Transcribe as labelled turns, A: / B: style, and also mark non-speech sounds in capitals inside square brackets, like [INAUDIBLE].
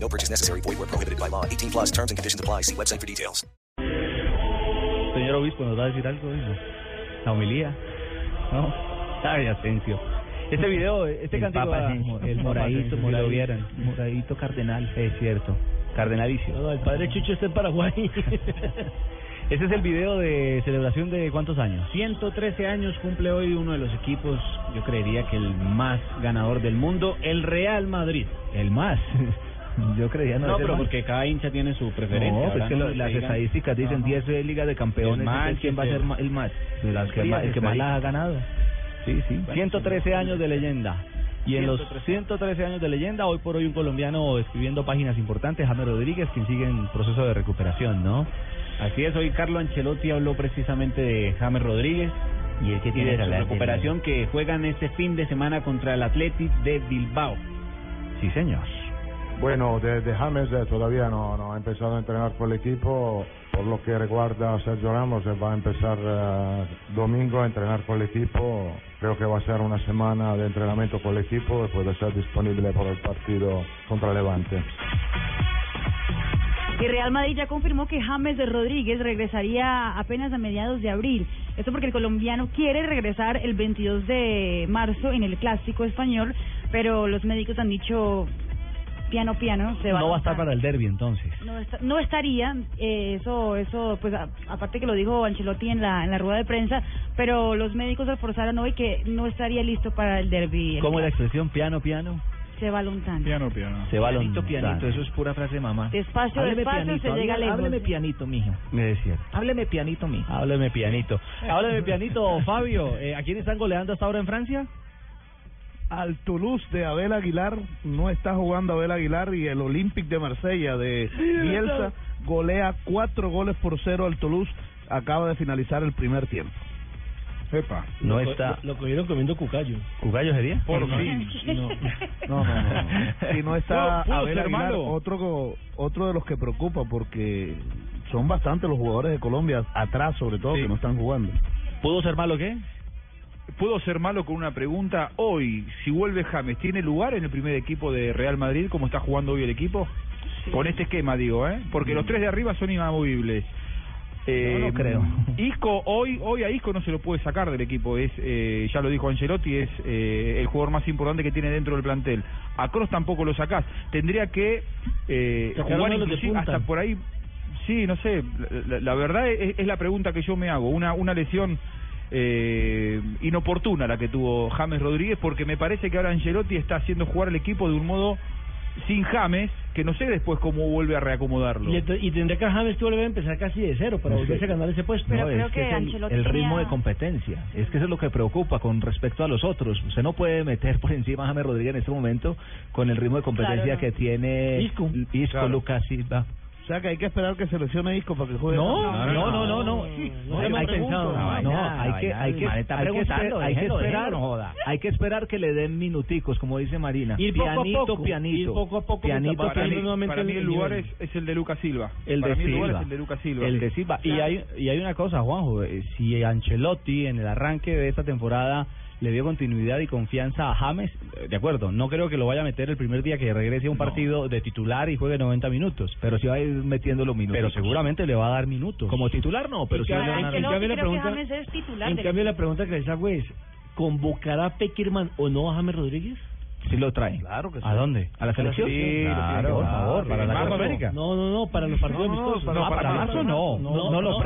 A: No purchase necessary. Void where prohibited by law. 18 plus terms and conditions apply. See website for details.
B: Señor obispo, ¿nos va a decir algo? hijo? La homilía. ¿No? Ay, Asencio. Este video, este
C: El
B: cántico...
C: Papa
B: ah,
C: Asensio, el
B: Papa
C: moradito,
B: Asensio, si lo
C: moradito.
B: vieran.
C: Moradito cardenal.
B: Es cierto. Cardenalicio.
C: el padre Chicho está en
B: [LAUGHS]
C: Paraguay.
B: Este es el video de celebración de cuántos años.
C: 113 años cumple hoy uno de los equipos, yo creería que el más ganador del mundo, el Real Madrid.
B: El más. [LAUGHS] Yo creía
C: No,
B: es el
C: pero
B: más.
C: porque cada hincha tiene su preferencia.
B: No,
C: Habrá
B: pues que
C: unos
B: lo- las
C: digan,
B: estadísticas dicen
C: "Ajá,
B: 10 ligas de campeones.
C: El más,
B: entonces, ¿Quién va a ser
C: siempre.
B: ma- el más?
C: Las
B: El que más- el que más
C: frías
B: las ha ganado. Sí, sí. 113 años de leyenda. Y en los 113 años de leyenda, hoy por hoy un colombiano escribiendo páginas importantes, James Rodríguez, quien sigue en proceso de recuperación, ¿no?
C: Así es, hoy Carlo Ancelotti habló precisamente de James Rodríguez
B: Y el que
C: y de su
B: la
C: recuperación que juegan este fin de semana contra el Athletic de Bilbao.
B: Sí, señor.
D: Bueno, de, de James eh, todavía no, no ha empezado a entrenar por el equipo. Por lo que recuerda a Sergio Ramos, eh, va a empezar eh, domingo a entrenar por el equipo. Creo que va a ser una semana de entrenamiento por el equipo y puede ser disponible por el partido contra Levante.
E: Y Real Madrid ya confirmó que James Rodríguez regresaría apenas a mediados de abril. Esto porque el colombiano quiere regresar el 22 de marzo en el Clásico Español, pero los médicos han dicho piano piano se va
B: No va a estar
E: adaptar.
B: para el derby entonces.
E: no, esta- no estaría eh, eso eso pues a- aparte que lo dijo Ancelotti en la en la rueda de prensa pero los médicos reforzaron hoy que no estaría listo para el derby
B: ¿Cómo es la expresión? Piano, piano.
E: se va lontano
B: Se va
C: Pianito, pianito, eso
B: es pura frase de mamá.
E: despacio despacio se llega lejos
B: pianito, mijo. Es cierto.
C: Hábleme pianito, mi.
B: Hábleme pianito. Hábleme
C: [LAUGHS]
B: pianito, Fabio. eh, ¿A quién están goleando hasta ahora en Francia?
F: al Toulouse de Abel Aguilar, no está jugando Abel Aguilar y el Olympique de Marsella de Bielsa golea cuatro goles por cero al Toulouse, acaba de finalizar el primer tiempo. Epa.
B: No está.
C: Lo cogieron comiendo cucayo.
B: ¿Cugallo sería?
F: Por fin. No, no, no. Si no
C: Pudo-
F: está
C: pudo
F: Abel
C: ser
F: Aguilar,
C: malo.
F: otro, go- otro de los que preocupa porque son bastantes los jugadores de Colombia, atrás sobre todo, que no están jugando.
B: ¿Pudo ser malo qué?
G: Puedo ser malo con una pregunta hoy. Si vuelve James, ¿tiene lugar en el primer equipo de Real Madrid como está jugando hoy el equipo? Con este esquema, digo, ¿eh? Porque los tres de arriba son inamovibles.
B: Mm.
G: Eh,
B: No, no creo. [LAUGHS]
G: Isco, hoy, hoy a Isco no se lo puede sacar del equipo. Es, eh, ya lo dijo Ancelotti, es eh, el jugador más importante que tiene dentro del plantel. A Cross tampoco lo sacás. Tendría que eh,
C: Sacar
G: jugar
C: uno de los de
G: inclusive
C: punta.
G: hasta por ahí. Sí, no sé. La, la- la verdad es, es la pregunta que yo me hago. Una, una lesión eh, inoportuna la que tuvo James Rodríguez, porque me parece que ahora Angelotti está haciendo jugar al equipo de un modo sin James, que no sé después cómo vuelve a reacomodarlo.
C: y tendría que James que volver a empezar casi de cero para
B: No sé. volverse a
C: ganar ese puesto.
E: Pero creo
B: es
E: que
B: es el,
E: Ancelotti
B: el ritmo
E: tenía-
B: de competencia. Es que eso es lo que preocupa con respecto a los otros. Usted no puede meter por encima a James Rodríguez en este momento con el ritmo de competencia
E: Claro, no.
B: que tiene
C: Isco.
B: Isco
G: Claro.
B: Lucas Silva.
F: O sea que hay que esperar que se lesione Isco para que juegue.
B: No, no, no, no, no.
C: no
B: hay,
C: hemos
B: hay-
C: pensado.
B: no, no, hay que, hay que,
C: Vale, está
B: hay que
C: preguntando,
B: esper- hay que
C: déjelo,
B: esperar,
C: déjelo, no joda.
B: hay que esperar que le den minuticos, como dice Marina.
C: Ir poco a
B: pianito,
C: poco,
B: pianito,
C: ir poco a poco,
B: pianito,
C: mientras va
G: para mí,
B: pianito.
C: nuevamente
G: para mí
C: el
G: el lugar
C: nivel.
G: es, es el de Lucas Silva.
B: El
G: para
B: de
G: mí el lugar
B: Silva.
G: es el de Lucas Silva.
B: El de Silva. Y hay, y hay una cosa, Juanjo. eh, Si Ancelotti en el arranque de esta temporada le dio continuidad y confianza a James, eh, de acuerdo, no creo que lo vaya a meter el primer día que regrese a un partido de titular y juegue 90 minutos. Pero si va a ir metiendo los minutos. Pero seguramente le va a dar minutos. Como titular no, pero
C: Y
B: sí va a
C: que
E: Para
B: ganar
C: En
E: Ancelotti
C: cambio, la
E: creo que
C: pregunta-
E: James es titular
C: En
E: del
C: cambio, la pregunta que les hago es: ¿convocará Peckerman o no a James Rodríguez?
B: Sí lo trae.
F: Claro que sí.
B: ¿A dónde? ¿A la selección?
G: Sí,
B: claro,
G: sí,
B: por
G: claro.
B: favor, para la
G: Marzo
B: Copa
G: no.
B: América.
C: No, no, no, para los partidos
F: No, no,
C: amistosos.
F: para-
B: para marzo no. No lo